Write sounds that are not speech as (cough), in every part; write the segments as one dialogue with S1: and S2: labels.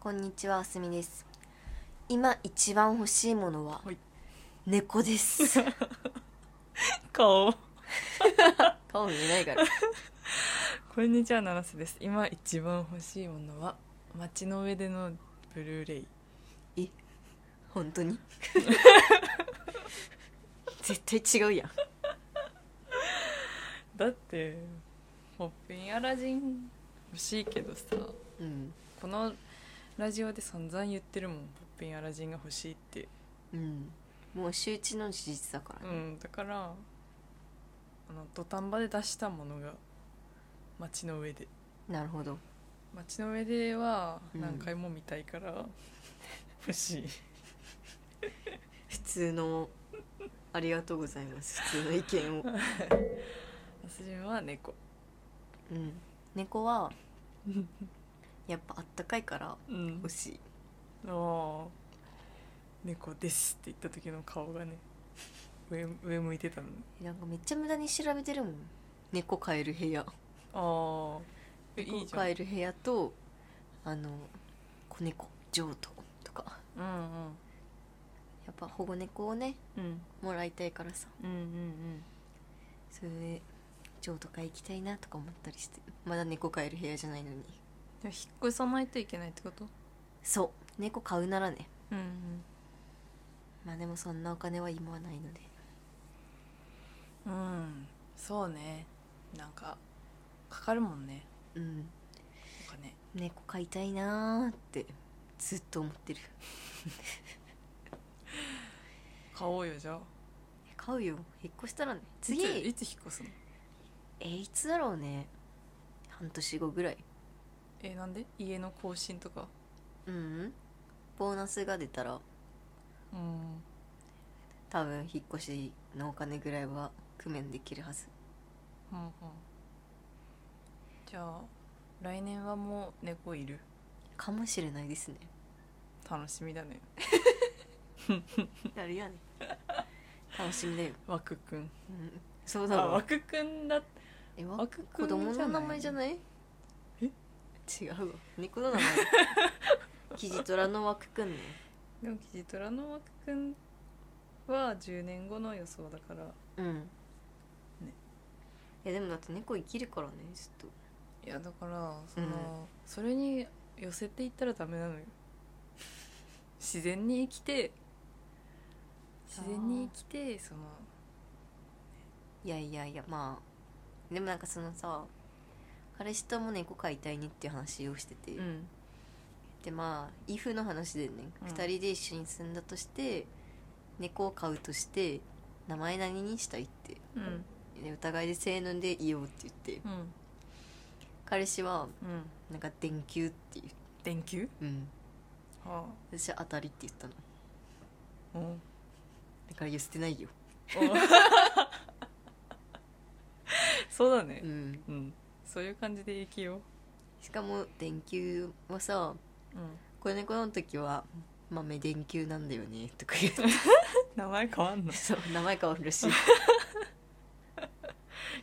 S1: こんにちは、あすみです。今一番欲しいものは
S2: はい
S1: 猫 (laughs) です。
S2: 顔
S1: 顔見えないから。
S2: こんにちは七瀬です今一番欲しいものは街の上でのブルーレイ
S1: え、本当に (laughs) 絶対違うやん。
S2: だってほっぺんアラジン欲しいけどさ
S1: うん。
S2: このラジオで散々言ってるもんほっぺんアラジンが欲しいって
S1: うん。もう周知の事実だから
S2: う
S1: ね。
S2: んだからあの土壇場で出したものが街の上で
S1: なるほど。
S2: 街の上では
S1: うん
S2: 何回も見たいから、欲しい
S1: 普通の、ありがとうございます。普通の意見を。
S2: 私は猫
S1: うん。猫は、やっぱあったかいから
S2: うん
S1: 欲しい。
S2: ああ猫ですって言った時の顔がね (laughs) 上上向いてたの
S1: なんかめっちゃ無駄に調べてるもん。猫飼える部屋。
S2: ああえい
S1: 猫
S2: いじゃ
S1: が
S2: ん
S1: いる部屋とあの子猫譲渡とか
S2: うん
S1: やっぱ保護猫をね
S2: うんうん
S1: もらいたいからさ
S2: うんうん
S1: それで譲渡会行きたいなとか思ったりしてまだ猫飼える部屋じゃないのに
S2: うん引っ越さないといけないってこと
S1: そう猫飼うならね
S2: うんうん
S1: まあでもそんなお金は今はないので
S2: うんそうねなんかかかるもんね
S1: うん
S2: お金
S1: 猫飼いたいなーってずっと思ってる
S2: 買おうよじゃあ
S1: 飼うよ引っ越したらね次
S2: い
S1: え
S2: ついつ引っ越すの
S1: いつだろうね半年後ぐらい
S2: えなんで家の更新とか
S1: うんボーナスが出たら
S2: うん
S1: 多分引っ越しのお金ぐらいは工面できるはず
S2: うんうんじゃあ来年はもう猫いる
S1: かもしれないですね
S2: 楽しみだね
S1: やるやね楽しみだよ、
S2: わくくん
S1: うん、そうだ
S2: あ
S1: ろ
S2: わくくんだ
S1: えわ
S2: わくく
S1: 子
S2: ん
S1: 供の名前じゃない
S2: え
S1: 違うわ猫の名 (laughs) 前キジトラの枠くんね
S2: でもキジトラのわくくんは10年後の予想だから
S1: うん
S2: ね
S1: いやでもだって猫生きるからねちょっ
S2: いやだからその、
S1: うん
S2: それに寄せていったらダメな (laughs) のよ自然に生きて自然に生きてその
S1: といやいやいやまあでもなんかそのさ彼氏とも猫飼いたいねっていう話をしてて、
S2: うん
S1: でまあイフの話でね、
S2: うん
S1: 2人で一緒に住んだとして猫を飼うとして名前何にしたいって
S2: うん
S1: でお互いでせーので言おうって言って
S2: うん
S1: 彼氏は
S2: うん
S1: なんか「電球」って言
S2: 電球
S1: う、うん、
S2: は
S1: 私は「当たり」って言ったの
S2: あうん (laughs)
S1: だから言ってないよ、
S2: そうだね
S1: うん、
S2: うん、そういう感じで生きよう
S1: しかも「電球」はさ
S2: うん
S1: 子猫の時は「豆電球なんだよね」とか言
S2: (laughs)
S1: って
S2: (laughs) 名前変わんの
S1: そう名前変わるらしい、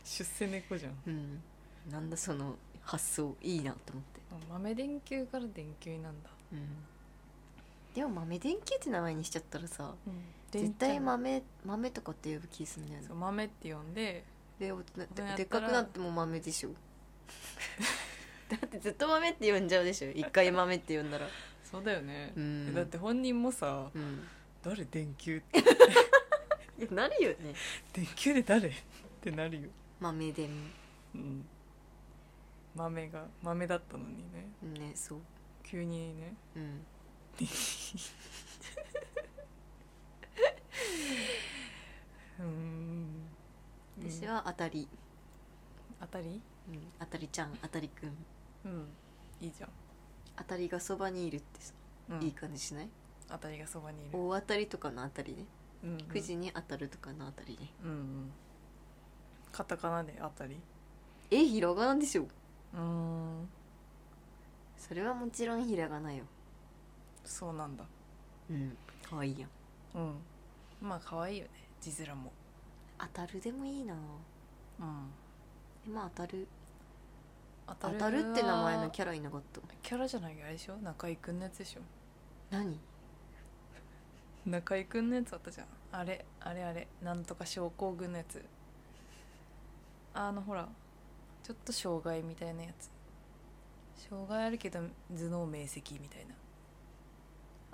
S2: 出世猫じゃん
S1: うん、なんだその発想いいなと思って、
S2: 豆電球から電球なんだ、
S1: うん、でも豆電球って名前にしちゃったらさ絶
S2: 絶対
S1: 対
S2: 豆
S1: 豆豆とかって呼ぶ気すんじゃない
S2: そう豆って呼んで
S1: で大人
S2: 大人やったら
S1: でっかくなっても豆でしょ (laughs) だってずっと豆って呼んじゃうでしょ一回豆って呼んだ
S2: (laughs)
S1: ら
S2: そうだよね
S1: う、ん
S2: だって本人もさ
S1: うん
S2: 「誰電球」って
S1: いやなるよね
S2: 電球で誰 (laughs) ってなるよ、
S1: 豆でも
S2: うん、豆が豆だったのにね
S1: ねそう
S2: 急にね
S1: うん
S2: うーん
S1: 私はあたり、
S2: 当たり
S1: うん、あたりちゃんあたりくん
S2: うんいいじゃん、
S1: あたりがそばにいるってさ、
S2: うん、
S1: いい感じしない
S2: 当たりがそばにいる、
S1: 大当たりとかのあたりね
S2: うん、
S1: くじに当たるとかのあたりね
S2: うんうんカタカナで当たり
S1: えひらがなでしょ
S2: うーん
S1: それはもちろんひらがなよ
S2: そうなんだ
S1: うんかわいいやん
S2: うんまあ可愛いよね字面も
S1: 当たるでもいいな
S2: うん
S1: 今当たる
S2: 当
S1: 当たるって名前の
S2: キ
S1: キャラいなかった
S2: ャキャラじゃないあれでしょ中居くんのやつでしょ
S1: 何
S2: 中居くんのやつあったじゃんあれあれあれなんとか症候群のやつあのほらちょっと障害みたいなやつ障害あるけど頭脳明晰みたいな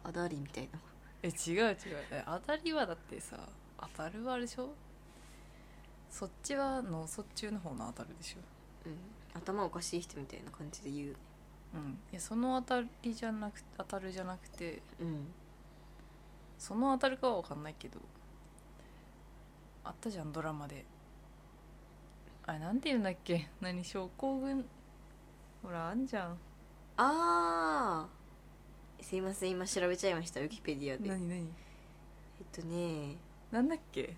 S1: あだりみたいな
S2: え違う違うえ当たりはだってさ当たるはあれでしょそっちは脳卒中の方の当たるでしょ
S1: うん頭おかしい人みたいな感じで言うね
S2: うんいやその当たりじゃなく当たるじゃなくて
S1: うん
S2: その当たるかは分かんないけどあったじゃんドラマであれなんて言うんだっけ何症候群ほらあんじゃん
S1: ああすいません今調べちゃいましたウィキペディアでえっ
S2: 何
S1: とね
S2: なんだっけ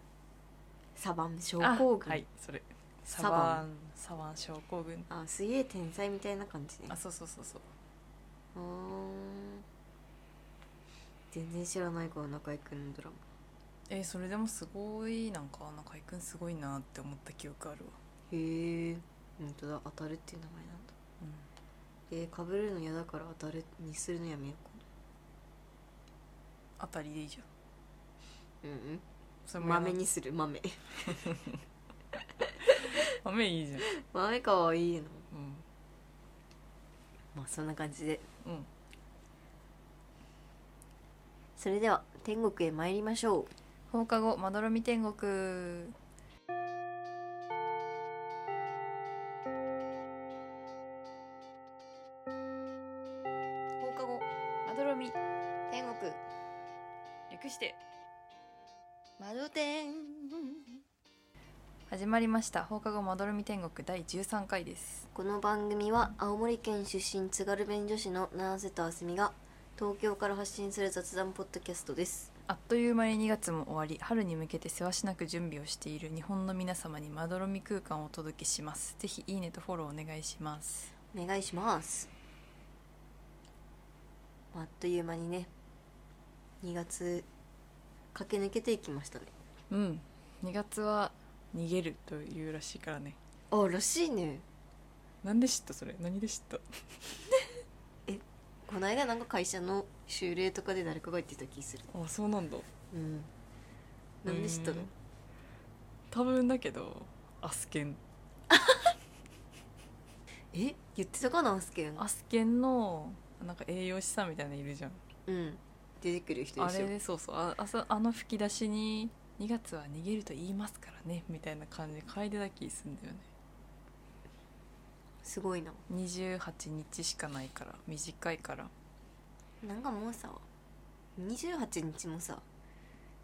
S1: サバン症
S2: あ
S1: 候群あ、
S2: はいそれサ
S1: サ
S2: バ
S1: バ
S2: ンサバン症候群
S1: すげえ天才みたいな感じね
S2: あそうそうそうそう
S1: うーん全然知らないから中居君のドラマ
S2: えーそれでもすごいなんか中居君すごいなって思った記憶あるわ、
S1: へえ本当だ当たるっていう名前なんだ
S2: うん
S1: えー、かぶるの嫌だから当たるにするのやめよ
S2: 当たりでいいじゃん
S1: うかなうん
S2: そ
S1: うん
S2: もやら
S1: 豆にする豆 (laughs)
S2: 豆いいじゃん
S1: 豆かわいいの
S2: う
S1: まあそんな感じで
S2: んうん
S1: それでは天国へ参りましょう
S2: 放課後まどろみ天国放課後まどろみ
S1: 天国
S2: 略して
S1: 窓天
S2: 始まりました放課後まどろみ天国第13回です
S1: この番組は青森県出身津軽弁女子の七瀬とあすみが東京から発信する雑談ポッドキャストです
S2: あっという間に2月も終わり春に向けてせわしなく準備をしている日本の皆様にまどろみ空間をお届けしますぜひいいねとフォローお願いします
S1: お願いしますまああっという間にね2月駆け抜けていきましたね
S2: うん2月は逃げるというらしいからね
S1: あらしいね
S2: なんで知ったそれ何で知った
S1: この間なんか会社の修例とかで誰かが言ってた気する
S2: あそうなんだ
S1: うんなんで知ったの
S2: うん多分だけどアスケン
S1: え言ってたかなアスケン
S2: アスケンのなんか栄養士さんみたいなのいるじゃん
S1: うん出てくる人
S2: あ
S1: でし
S2: れ
S1: ょ
S2: でそうそうああそあの吹き出しに「2月は逃げると言いますからね」みたいな感じで書いてた気すんだよね
S1: すごいな
S2: 28日しかないから短いから
S1: なんかもうさ28日もさ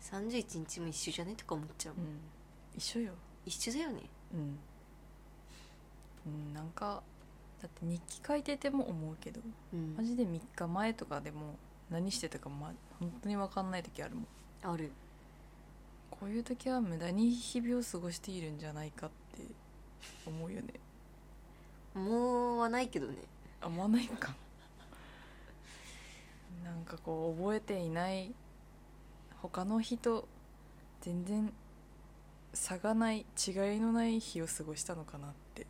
S1: 31日も一緒じゃねとか思っちゃう、
S2: うん一緒よ
S1: 一緒だよね
S2: うん、うん、なんかだって日記書いてても思うけど
S1: うん
S2: マジで3日前とかでも何してたか、ま、本当に分かんない時あるもん
S1: ある
S2: こういう時は無駄に日々を過ごしているんじゃないかって思うよね
S1: もうはないけどね
S2: あんまないか (laughs) なんかこう覚えていない他の日と全然差がない違いのない日を過ごしたのかなって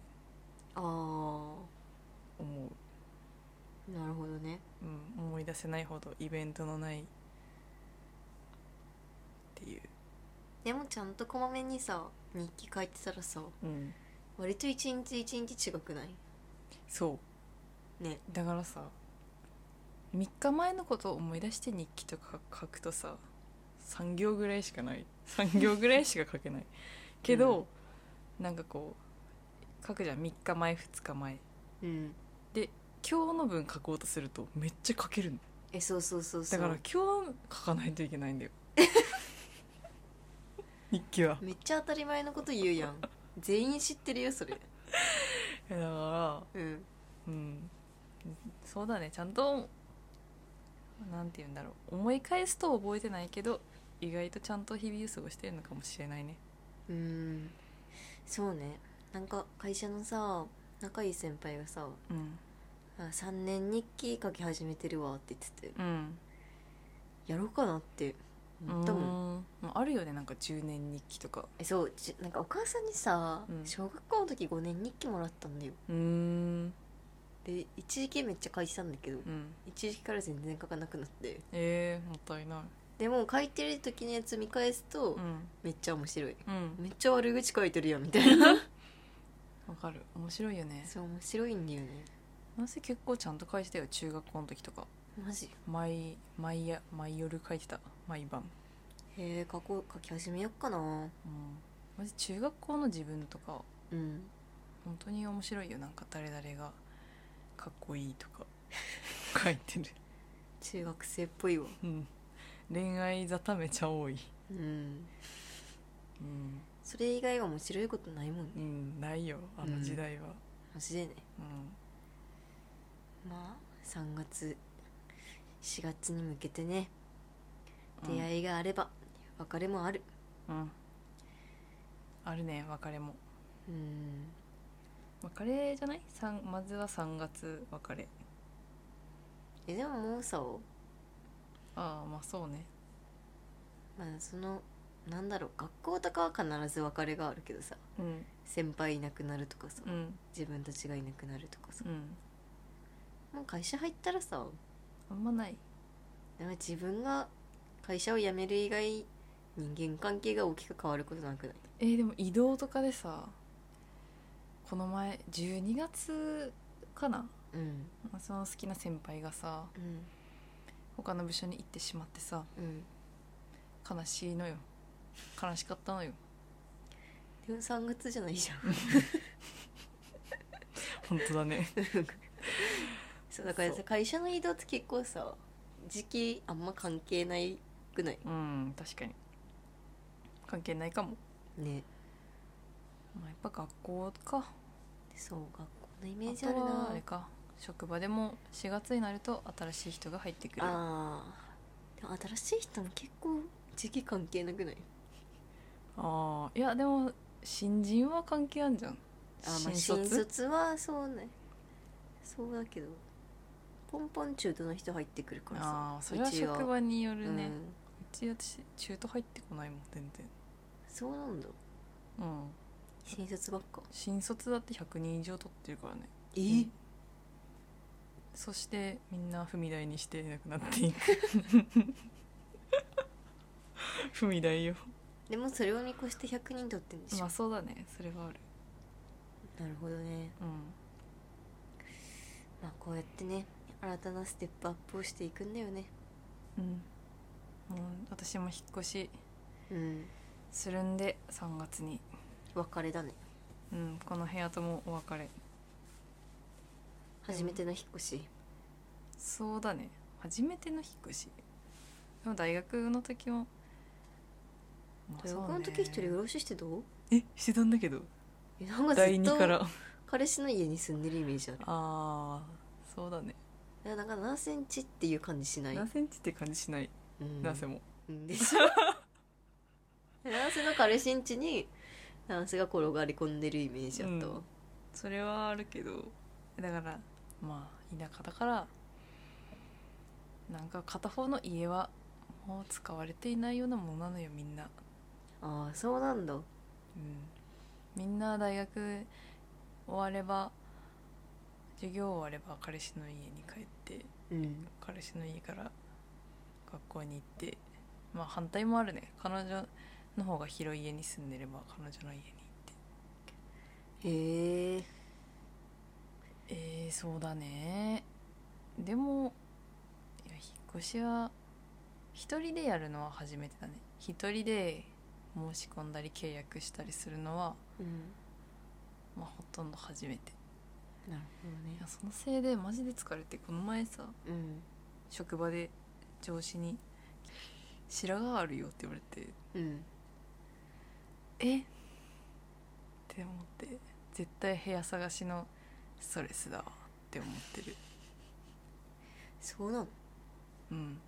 S1: ああ
S2: 思う、
S1: なるほどね
S2: うん、思い出せないほどイベントのないっていう、
S1: でもちゃんとこまめにさ日記書いてたらさ
S2: うん、
S1: 割と一日一日違くない
S2: そう
S1: ね
S2: だからさ3日前のことを思い出して日記とか書くとさ3行ぐらいしかない3行ぐらいしか書けない (laughs) けど、なんかこう書くじゃん3日前2日前
S1: うん
S2: 今日の分書こうとするとめっちゃ書けるの
S1: えそうそうそうそ
S2: だ
S1: う
S2: から今日書かないといけない (laughs) んだよ日記は
S1: めっちゃ当たり前のこと言うやん全員知ってるよそれ
S2: だから
S1: うん
S2: うんそうだねちゃんとなんて言うんだろう思い返すと覚えてないけど意外とちゃんと日々過ごしてるのかもしれないね
S1: うんそうねなんか会社のさ仲いい先輩がさ
S2: うん
S1: あ3年日記書き始めてるわって言ってて
S2: うん
S1: やろうかなってうんとも
S2: もあるよねなんか10年日記とか
S1: えそうじなんかお母さんにさ、
S2: うん
S1: 小学校の時5年日記もらったんだよ
S2: うーん
S1: で一時期めっちゃ書いてたんだけど、
S2: うん
S1: 一時期から全然書かなくなって
S2: えー、もったいない
S1: でも書いてる時のやつ見返すと、
S2: うん
S1: めっちゃ面白い
S2: うん
S1: めっちゃ悪口書いてるやんみたいな
S2: わかる面白いよね
S1: (laughs) そう面白いんだよね
S2: なぜ結構ちゃんと書いてたよ中学校の時とか
S1: マジ
S2: 毎毎夜毎夜書いてた毎晩
S1: へえ書こう書き始めよっかな
S2: うんマジ中学校の自分とか
S1: うん
S2: 本当に面白いよなんか誰々がかっこいいとか書いてる、
S1: 中学生っぽいわ
S2: うん、恋愛沙汰めちゃ多い
S1: うん
S2: うん、
S1: それ以外は面白いことないもんね
S2: うん、ないよあの時代は
S1: マジでね
S2: う
S1: まあ3月4月に向けてね
S2: ん、うん、
S1: 出会いがあれば別れもある
S2: うんあるね別れも
S1: うん
S2: 別れじゃないさんまずは3月別れ
S1: えでももうさ、
S2: ああまあそうね
S1: まあ、そのなんだろう学校とかは必ず別れがあるけどさ
S2: うん
S1: 先輩いなくなるとかさ、
S2: うん
S1: 自分たちがいなくなるとかさ、
S2: うん
S1: もう会社入ったらさ
S2: あんまない
S1: でも自分が会社を辞める以外人間関係が大きく変わることなくない
S2: えーでも移動とかでさこの前12月かな
S1: うん
S2: その好きな先輩がさ
S1: うん
S2: 他の部署に行ってしまってさ
S1: うん
S2: 悲しいのよ悲しかったのよ
S1: でも3月じゃないじゃん
S2: 本当だね
S1: (laughs) そうだから
S2: そ
S1: さ
S2: う
S1: 会社の移動って結構さ時期あんま関係ないくない
S2: うん確かに関係ないかも、
S1: ね
S2: まあ、やっぱ学校か
S1: そう学校のイメー
S2: あ
S1: ジ
S2: と
S1: ある
S2: は
S1: な
S2: あれか職場でも4月になると新しい人が入ってくる
S1: あーでも新しい人も結構時期関係なくない
S2: あーいやでも新人は関係あんじゃん
S1: あーまあ新卒はそうねそうだけどポンポン中途の人入ってくるからさ
S2: ああそれは
S1: うち
S2: 職場によ
S1: う、
S2: るね、うんち私中途入ってこないもん全然
S1: そうなんだ
S2: うん
S1: 新卒ばっか
S2: 新卒だって100人以上取ってるからね
S1: え
S2: ーそしてみんな踏み台にしてなくなってい (laughs) く踏み台よ
S1: でもそれを見越して100人取ってんでしょ、
S2: まあそうだねそれはある
S1: なるほどね
S2: うん
S1: まあこうやってね新たなステップアップをしていくんだよね
S2: うん、もう私も引っ越し
S1: うん
S2: するんで3月に、
S1: 別れだね
S2: うん、この部屋ともお別れ
S1: 初めての引っ越し
S2: そうだね初めての引っ越しでも大学の時も、まあ
S1: 大
S2: そう
S1: 学
S2: ね
S1: の時一人暮らししてどう
S2: えしてたんだけど
S1: えなんかず
S2: 第
S1: っ
S2: 2か
S1: と
S2: らあ
S1: 彼氏の家に住んでるイメージある
S2: あーそうだね
S1: いやなんか何センチっていう感じしない
S2: 何センチって感じしない、
S1: うん
S2: 何セも
S1: うんで (laughs) しょナースの彼氏ん家にナースが転がり込んでるイメージあったわ、
S2: それはあるけどだからまあ田舎だからなんか片方の家はもう使われていないようなものなのよみんな、
S1: ああそうなんだ
S2: うん、みんな大学終われば授業終われば彼氏の家に帰って
S1: うん
S2: 彼氏の家から学校に行ってまあ反対もあるね彼女の方が広い家に住んでれば彼女の家に行って
S1: へえ
S2: えー、そうだねでもいや引っ越しは一人でやるのは初めてだね一人で申し込んだり契約したりするのは、
S1: うん
S2: まあ、ほとんど初めて
S1: なるほど
S2: い
S1: ね
S2: やそのせいでマジで疲れてこの前さ
S1: うん
S2: 職場で上司に「白髪あるよ」って言われて
S1: うん
S2: 「えっ?」て思って絶対部屋探しのストレスだわって思ってる
S1: そうなの
S2: うん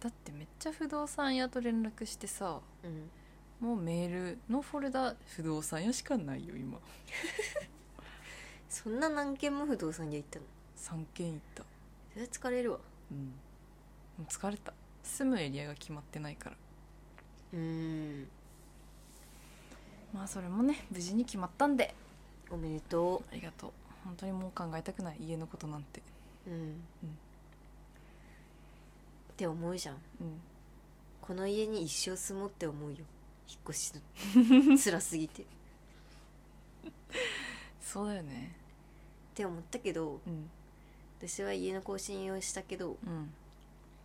S2: だってめっちゃ不動産屋と連絡してさ
S1: うん
S2: もうメールのフォルダ不動産屋しかないよ今
S1: そんな何軒も不動産屋行ったの
S2: 3軒行った
S1: それは疲れるわ
S2: うんもう疲れた住むエリアが決まってないから
S1: うん
S2: まあそれもね無事に決まったんで
S1: おめでと
S2: ありがとう本当にもう考えたくない家のことなんて
S1: ううん、
S2: うん
S1: って思うじゃん
S2: うん
S1: この家に一生住もうって思うよ引っ越し (laughs) の辛すぎてっ
S2: そうだよね
S1: て思ったけど
S2: うん
S1: 私は家の更新をしたけど
S2: うん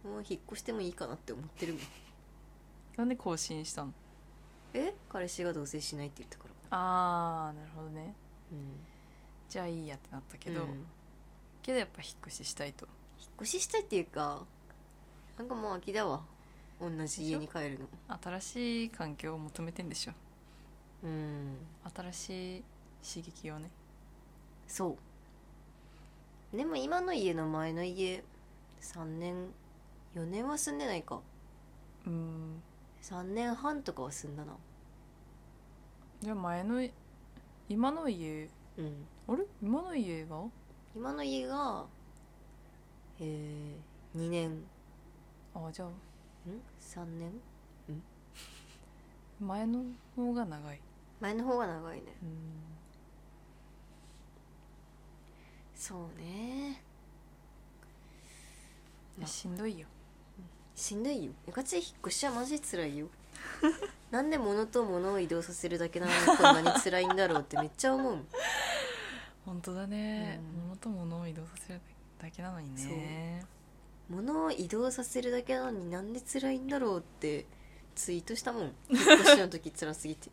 S1: もう引っ越してもいいかなって思ってるもん
S2: なんで更新したの
S1: え彼氏が同棲しないって言ったから
S2: ああなるほどね
S1: うん
S2: じゃあいいやってなったけど、
S1: うん
S2: けどやっぱ引っ越ししたいと
S1: 引っ越ししたいっていうかなんかもう飽きだわ同じ家に帰るの
S2: 新しい環境を求めてんでしょ
S1: うん
S2: 新しい刺激をね
S1: そうでも今の家の前の家3年4年は住んでないか
S2: うん
S1: 3年半とかは住んだな
S2: じゃあ前の今の家
S1: うん
S2: あれ今の家が
S1: 今の家がえー、2年ん
S2: あじゃあ
S1: ?3 年
S2: 前の方が長い
S1: 前の方が長いね
S2: うん
S1: そうね
S2: いやしんどいよ
S1: しんどいよガチで引っ越しはマジで辛いよなんで物と物を移動させるだけなのにこんなに辛いんだろうってめっちゃ思うもん
S2: 本当だね、
S1: うん
S2: 物と物を移動させるだけなのにね
S1: 物を移動させるだけなのになんで辛いんだろうってツイートしたもん引っ越しの時辛すぎて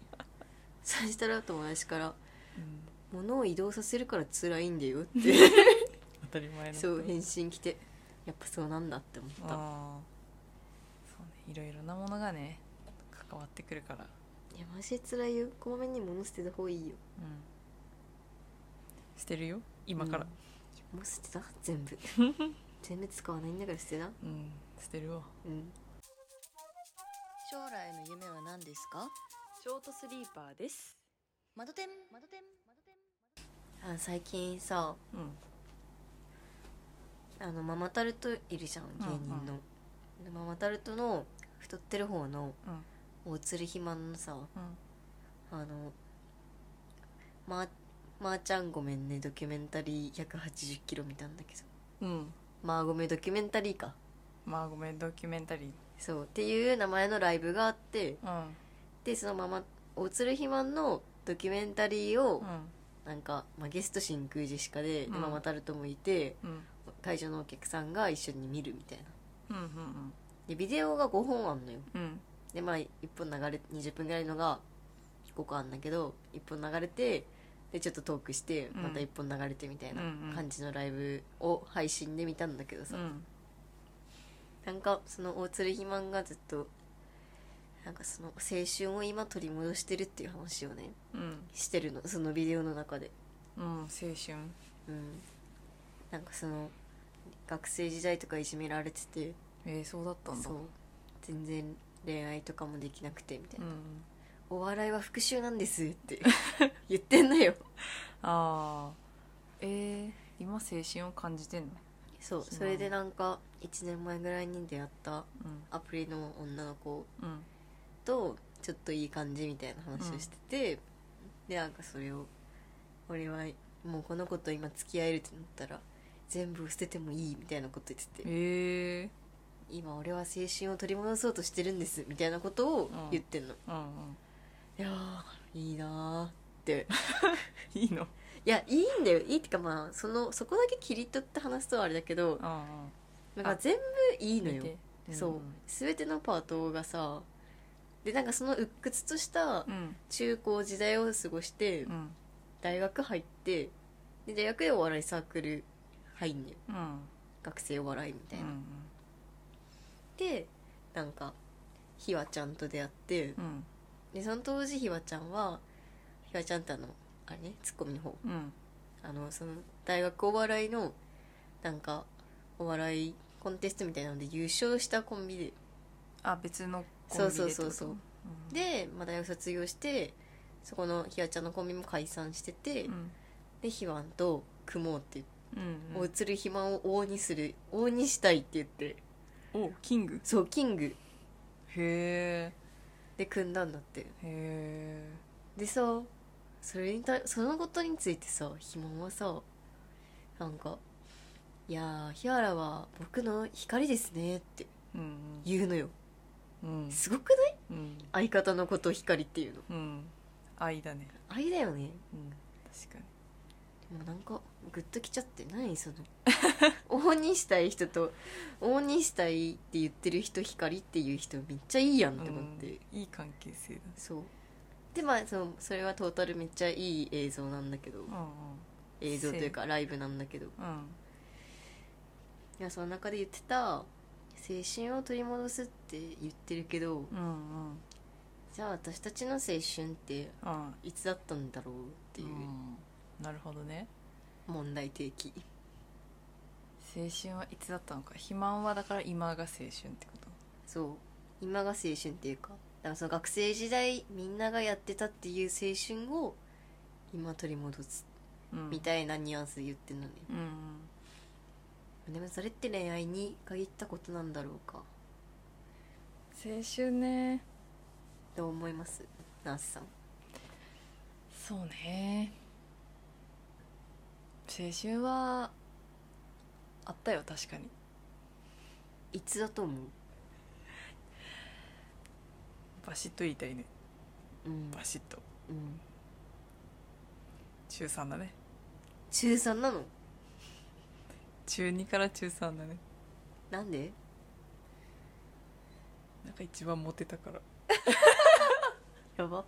S1: そしたら友達から
S2: うん
S1: 「物を移動させるから辛いんだよ」って
S2: 当たり前の
S1: そう返信来てやっぱそうなんだって思った
S2: あーそうねいろいろなものがね関わってくるから
S1: いやマジで辛いよこまめに物捨てた方がいいよ
S2: うん捨てるよ今から
S1: うんいやもう捨てた全部全部使わないんだから捨てな
S2: うん、捨てるわ
S1: うん将来の夢は何ですか
S2: ショートスリーパーです
S1: 窓店窓店あ最近さ
S2: うん
S1: あのママタルトいるじゃん芸人の、でママタルトの太ってる方の
S2: うん
S1: 大鶴ひまんのさ
S2: うん
S1: あのまー、まーちゃんごめんねドキュメンタリー180キロ見たんだけど
S2: うん
S1: まあごめんドキュメンタリーか
S2: まあごめんドキュメンタリ
S1: そうっていう名前のライブがあって
S2: ー
S1: でそのまま大鶴ひまんのドキュメンタリーを
S2: うんうん
S1: なんか、まあ、ゲスト真空ジェシカで,で、
S2: うん
S1: ママタルトもいて
S2: うん
S1: 会場のお客さんが一緒に見るみたいな
S2: うんうん
S1: でビデオが5本あんのよ
S2: うんうん
S1: でまあ1本流れ20分ぐらいのが5個あんだけど1本流れてでちょっとトークして
S2: うん
S1: また1本流れてみたいな
S2: うんうん
S1: 感じのライブを配信で見たんだけど
S2: う
S1: さ、
S2: ん
S1: なんかその大鶴ひまんがずっとなんかその青春を今取り戻してるっていう話をね
S2: うん
S1: してるのそのビデオの中で
S2: うん青春
S1: うんなんかその学生時代とかいじめられてて
S2: えー、そうだったんだ
S1: そう全然恋愛とかもできなくてみたいな、
S2: ん
S1: お笑いは復讐なんですって言ってんだよ
S2: ああえー、今青春を感じてんの
S1: そう
S2: そう
S1: それでなんか1年前ぐらいに出会った
S2: うん
S1: アプリの女の子
S2: うん
S1: とちょっといい感じみたいな話をしてて、でなんかそれを俺はもうこの子と今付き合えるってなったら全部捨ててもいいみたいなこと言ってて
S2: ええ
S1: 今俺は青春を取り戻そうとしてるんですみたいなことを言ってんの、
S2: ー、うんうん
S1: いやーいいなーって
S2: いいの
S1: いやいいんだよいいってかまあそのそこだけ切り取って話すとあれだけど
S2: あ
S1: なんか全部いいのよ、そう全てのパートがさでなんかその鬱屈とした
S2: うん
S1: 中高時代を過ごして
S2: うん
S1: 大学入ってで大学でお笑いサークル入んねん
S2: うんうん
S1: 学生お笑いみたいな、でなんかひわちゃんと出会って
S2: うん
S1: でその当時ひわちゃんはひわちゃんってあのあれねツッコミの方
S2: うん
S1: あのその大学お笑いのなんかお笑いコンテストみたいなので優勝したコンビで
S2: あ別のコンビで
S1: そうそうそうそう
S2: ってこと
S1: で、まあ、大学卒業してそこのひわちゃんのコンビも解散してて、
S2: うん
S1: でひわんと組もうって言って
S2: うんうん
S1: 大鶴ひまを王にする王にしたいって言って
S2: おおキングへ
S1: そうキング
S2: え
S1: で組んだんだって
S2: へえ
S1: でさそれにたそのことについてさひもはさなんか「いやー日原は僕の光ですね」って
S2: うん
S1: 言うのよ
S2: うん
S1: すごくない
S2: うん
S1: 相方のことを光っていうの
S2: うん愛だね
S1: 愛だよね
S2: うん確かに
S1: でもなんかグッときちゃって何 (laughs) その大にしたい人と大にしたいって言ってる人光っていう人めっちゃいいやんって思って、
S2: うんいい関係性だね
S1: そうでまあそのそれはトータルめっちゃいい映像なんだけど
S2: う
S1: 映像というかライブなんだけど
S2: んうんうん
S1: いやその中で言ってた青春を取り戻すって言ってるけど
S2: うんうん
S1: じゃあ私たちの青春って
S2: あっ
S1: いつだったんだろうって
S2: て
S1: い
S2: いううなるほどね
S1: 問題提起、
S2: 青春はいつだったのか肥満はだから今が青春ってこと
S1: そう今が青春っていうかだからその学生時代みんながやってたっていう青春を今取り戻す
S2: うん
S1: みたいなニュアンスで言ってるのね、
S2: うん
S1: でもそれって恋愛に限ったことなんだろうか
S2: 青春ね
S1: どう思いますナースさん
S2: そうね青春はあったよ確かに
S1: いつだと思う
S2: バシッと言いたいね
S1: うん、
S2: バシッと
S1: うん、
S2: 中3だね
S1: 中3なの
S2: 中2から中3だね
S1: なんで
S2: なんか一番モテたから
S1: やば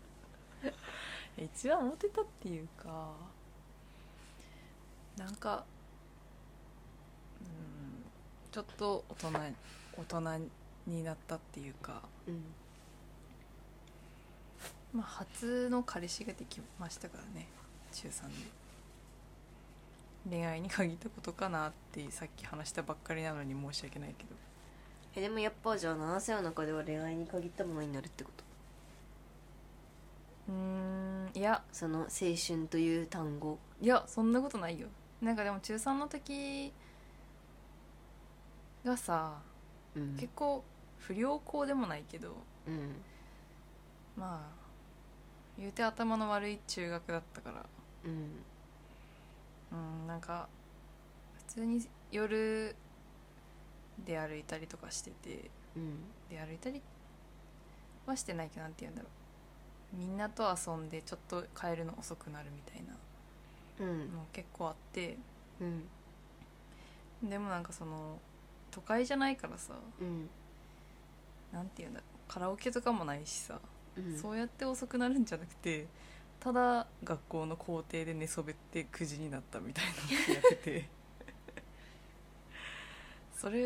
S2: 一番モテたっていうかなんかうんちょっと大人大人になったっていうか、
S1: うん
S2: まあ、初の彼氏ができましたからね中3で恋愛に限ったことかなってさっき話したばっかりなのに申し訳ないけど
S1: えでもやっぱじゃあ7世の中では恋愛に限ったものになるってこと
S2: うーんいや
S1: その青春という単語
S2: いやそんなことないよなんかでも中3の時がさ
S1: うん
S2: 結構不良校でもないけど
S1: うん
S2: まあ言うて頭の悪い中学だったから
S1: うん
S2: うんなんか普通に夜出歩いたりとかしてて
S1: うん
S2: 出歩いたりはしてないけどなんて言うんだろうみんなと遊んでちょっと帰るの遅くなるみたいな
S1: うん
S2: の結構あって
S1: うん
S2: でもなんかその都会じゃないからさ
S1: うん
S2: なんて言うんだろうカラオケとかもないしさ、
S1: うん
S2: そうやって遅くなるんじゃなくてただ学校の校庭で寝そべって9時になったみたいなのをやっててそれ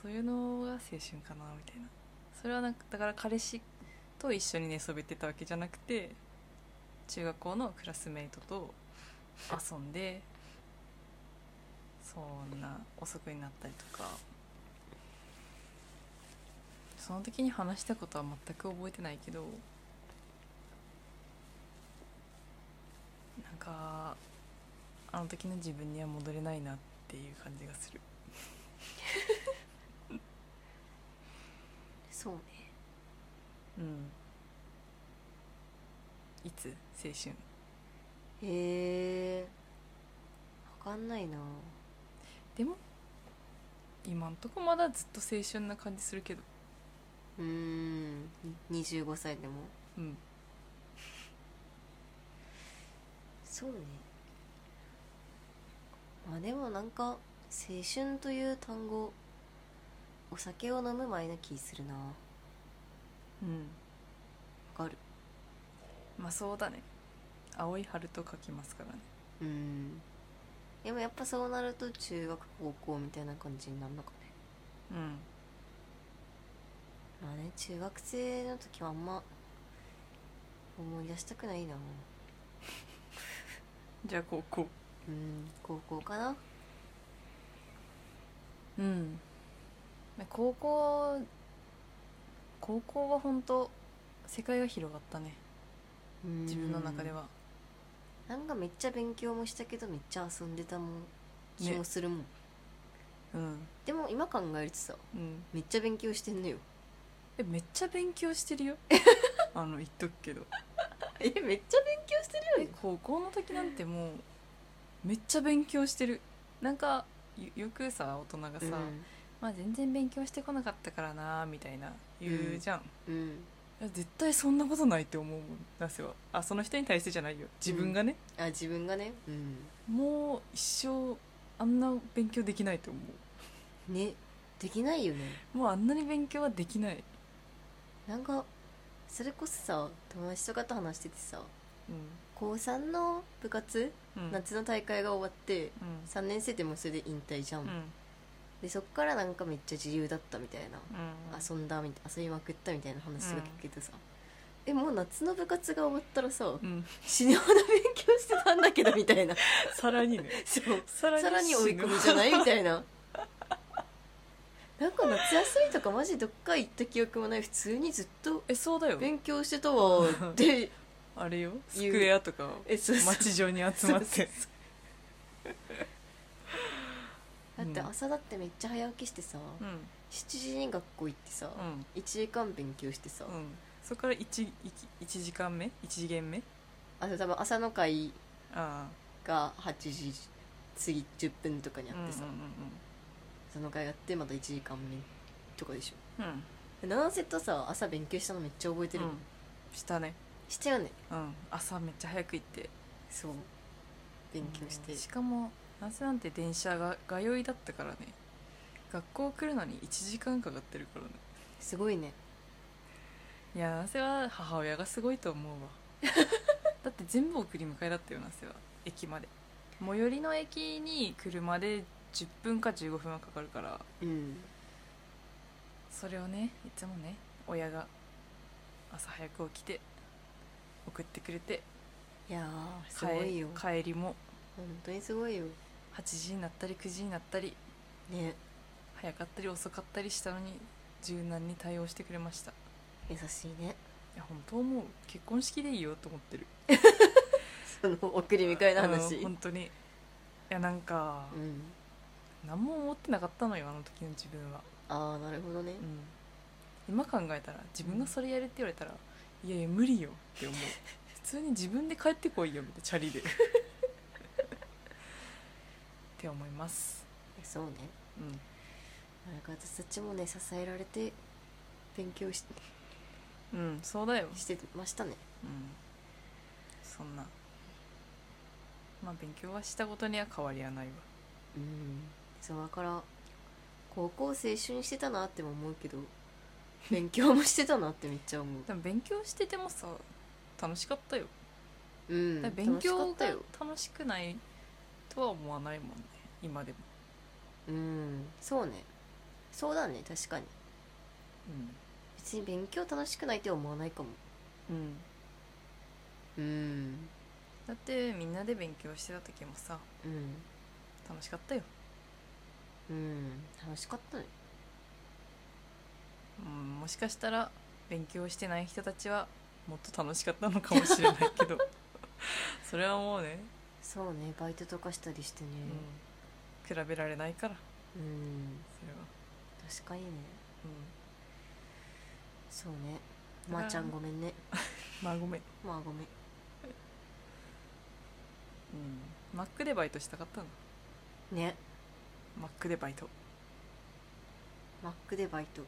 S2: そういうのが青春かなみたいなそれはなんかだから彼氏と一緒に寝そべってたわけじゃなくて中学校のクラスメイトと遊んでそんな遅くになったりとかその時に話したことは全く覚えてないけどなんかあの時の自分には戻れないなっていう感じがする
S1: そうね
S2: うんいつ青春
S1: へえ分かんないな
S2: でも今んとこまだずっと青春な感じするけど
S1: うーん25歳でも
S2: うん
S1: そうねまあでもなんか青春という単語お酒を飲む前な気するなわ
S2: うん
S1: かる
S2: まあそうだね青い春と書きますからね
S1: うんでもやっぱそうなると中学高校みたいな感じになるのかね
S2: うん
S1: まあね中学生の時はあんま思い出したくないな
S2: じゃあ高校
S1: うん高校かな
S2: うん高校高校は本当世界が広がったね自分の中では
S1: なんかめっちゃ勉強もしたけどめっちゃ遊んでたもん気もするもん、
S2: ううん
S1: でも今考えるとさ
S2: うん
S1: めっちゃ勉強してんのよ
S2: えめっちゃ勉強してるよあの言っとくけど
S1: (laughs) えめっちゃ勉強してる
S2: え高校の時なんてもうめっちゃ勉強してるなんかよよくさ大人がさ、まあ全然勉強してこなかったからなみたいな言うじゃん、
S1: うん、うん、
S2: いや絶対そんなことないって思うもんなせはあその人に対してじゃないよ自分がね、
S1: あ自分がねうん
S2: もう一生あんな勉強できないと思
S1: ねできないよね
S2: うもうあんなに勉強はできない、
S1: なんかそれこそさ友達とかと話しててさ
S2: う
S1: 高3の部活、
S2: んうん、
S1: 夏の大会が終わって
S2: う
S1: 3年生でもうそれで引退じゃん、
S2: んうん
S1: でそっからなんかめっちゃ自由だったみたいな、
S2: う
S1: 遊
S2: ん
S1: んだみたい遊びまくったみたいな話が聞けてさ、えもう夏の部活が終わったらさ
S2: うん、
S1: 死ぬほど勉強してたんだけどみた
S2: (laughs)
S1: いな
S2: さらにね
S1: そう
S2: さ
S1: さらに追い込みじゃないみたいな (laughs) なんか夏休みとかマジどっか行った記憶もない普通にずっと
S2: えそうだよ
S1: 勉強してたわー
S2: (laughs)
S1: って
S2: あれよス
S1: 言う
S2: クエアとか
S1: えそうそう
S2: 街上に集まって
S1: だって朝だってめっちゃ早起きしてさ、
S2: うん
S1: 7時に学校行ってさ、
S2: うん
S1: 1時間勉強してさ、
S2: うんそこから 1, 一時間目1次元目
S1: あと多分朝の会
S2: ああ
S1: が8時過ぎ10分とかにあ
S2: や
S1: っ
S2: って
S1: てさ、
S2: さ
S1: その会やってまた1時間目とかでし
S2: うんうん
S1: ょなんせとさ朝勉強したのめっちゃ覚えてる、
S2: うんしたね
S1: してよね
S2: うん朝めっちゃ早く行って
S1: そう勉強して、
S2: うんしかも夏なんて電車がが通いだったからね学校来るのに1時間かかってるからね
S1: すごいね
S2: いやなせは母親がすごいと思うわ (laughs) だって全部送り迎えだったよなせは駅まで最寄りの駅に車で10分か15分はかかるから
S1: うん
S2: それをねいつもね親が朝早く起きて送ってくれて
S1: いやーす
S2: 帰
S1: ごいよ
S2: 帰りも
S1: 本当にすごいよ
S2: 8時になったり9時になったり
S1: ね
S2: 早かったり遅かったりしたのに柔軟に対応してくれましたい
S1: 優しいね (laughs)
S2: や本当もう結婚式でいいよと思ってる
S1: その送り迎えの話
S2: うん本当にいやなんか、
S1: うん
S2: 何も思ってなかったのよあの時の自分は、
S1: ああなるほどね
S2: うん、今考えたら自分がそれやれって言われたら、いやいや無理よって (laughs) 思う普通に自分で帰ってこいよみたいなチャ (laughs) リでって思います
S1: そうね
S2: うん
S1: なんか私たちもね支えられて勉強し
S2: うんそうだよ、
S1: してましたね
S2: うん、そんなまあ勉強はしたことには変わりはないわ
S1: うんそうだから高校青春してたなっても思うけど勉強もしてたなってめっちゃ思
S2: (laughs) でも勉強しててもさ楽しかったよ
S1: ううん
S2: だから勉
S1: 楽しか
S2: 強が
S1: ったよ
S2: 楽しくないとは思わないもんね今でも
S1: うんそうねそうだね確かに別に勉強楽しくないって思わないかも
S2: うん、うん
S1: うん
S2: だってみんなで勉強してた時もさ
S1: うん
S2: 楽しかったよ
S1: うん楽しかったね
S2: うんもしかしたら勉強してない人たちはもっと楽しかったのかもしれないけ (laughs) どそれはもうね、
S1: そうねバイトとかしたりしてね
S2: うん、比べられないから
S1: うん、
S2: それは、
S1: 確かにね
S2: うん、
S1: そうね
S2: だから
S1: まー、ちゃんごめんね
S2: まあごめん、
S1: まあごめん
S2: うん、マックでバイトしたかったの
S1: ね
S2: マックでバイト
S1: マックでバイト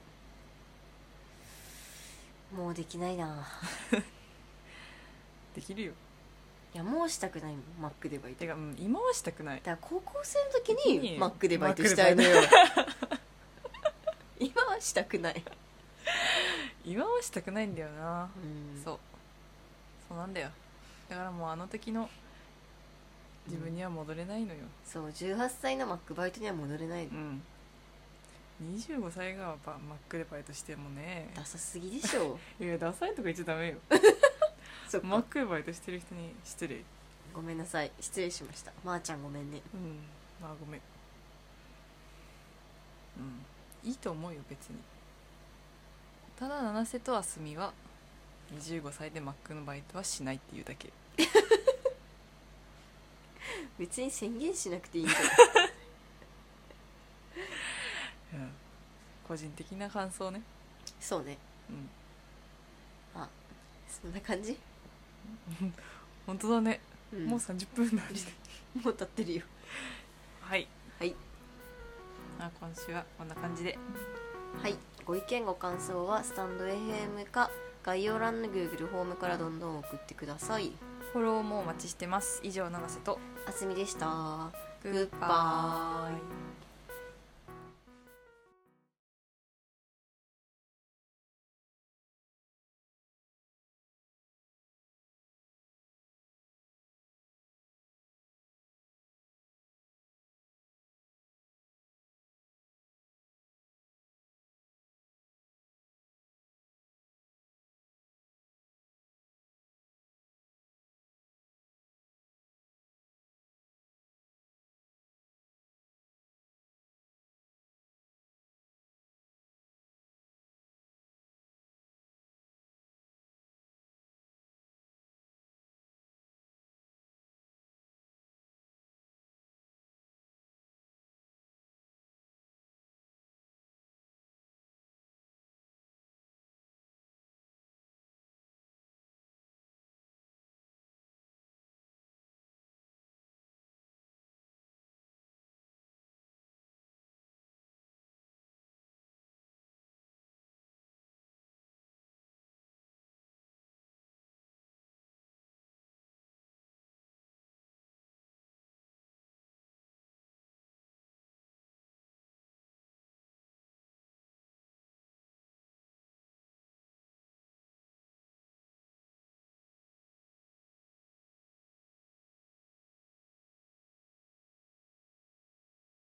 S1: もうできないな
S2: できるよ
S1: いやもうしたくないもんマックでバイト
S2: て
S1: だ
S2: か、うん、今はしたくない
S1: から高校生の時
S2: 時
S1: に
S2: に
S1: マックでバイトしたいのよ (laughs) 今はしたくない
S2: 今はしたくないんだよな、
S1: うん
S2: そうそうなんだよだからもうあの時の自分には戻れないのよ、
S1: そう18歳のマックバイトには戻れない
S2: うん25歳がばマックでバイトしてもね
S1: ダサすぎでし (laughs) ょ
S2: いやダサいとか言っちゃダ
S1: (laughs)
S2: メよ
S1: そっか
S2: マックでバイトしてる人に失礼
S1: ごめんなさい失礼しましたまー、ちゃんごめんね
S2: うんまあごめんうんいいと思うよ別にただ七瀬とあすみは25歳でマックのバイトはしないっていうだけ
S1: 別に宣言しなくていいんだよ
S2: 個人的な感想ね
S1: そうね
S2: うん
S1: そんな感じ、
S2: 本当だね、
S1: うん、
S2: もう30分だ
S1: もう経ってるよ
S2: はい
S1: はい
S2: まあ今週はこんな感じで
S1: はいご意見ご感想はスタンド FM か概要欄の Google フォームからどんどん送ってください
S2: フォローもお待ちしてます以上七瀬と
S1: あすみでした
S2: グ
S1: グッバイ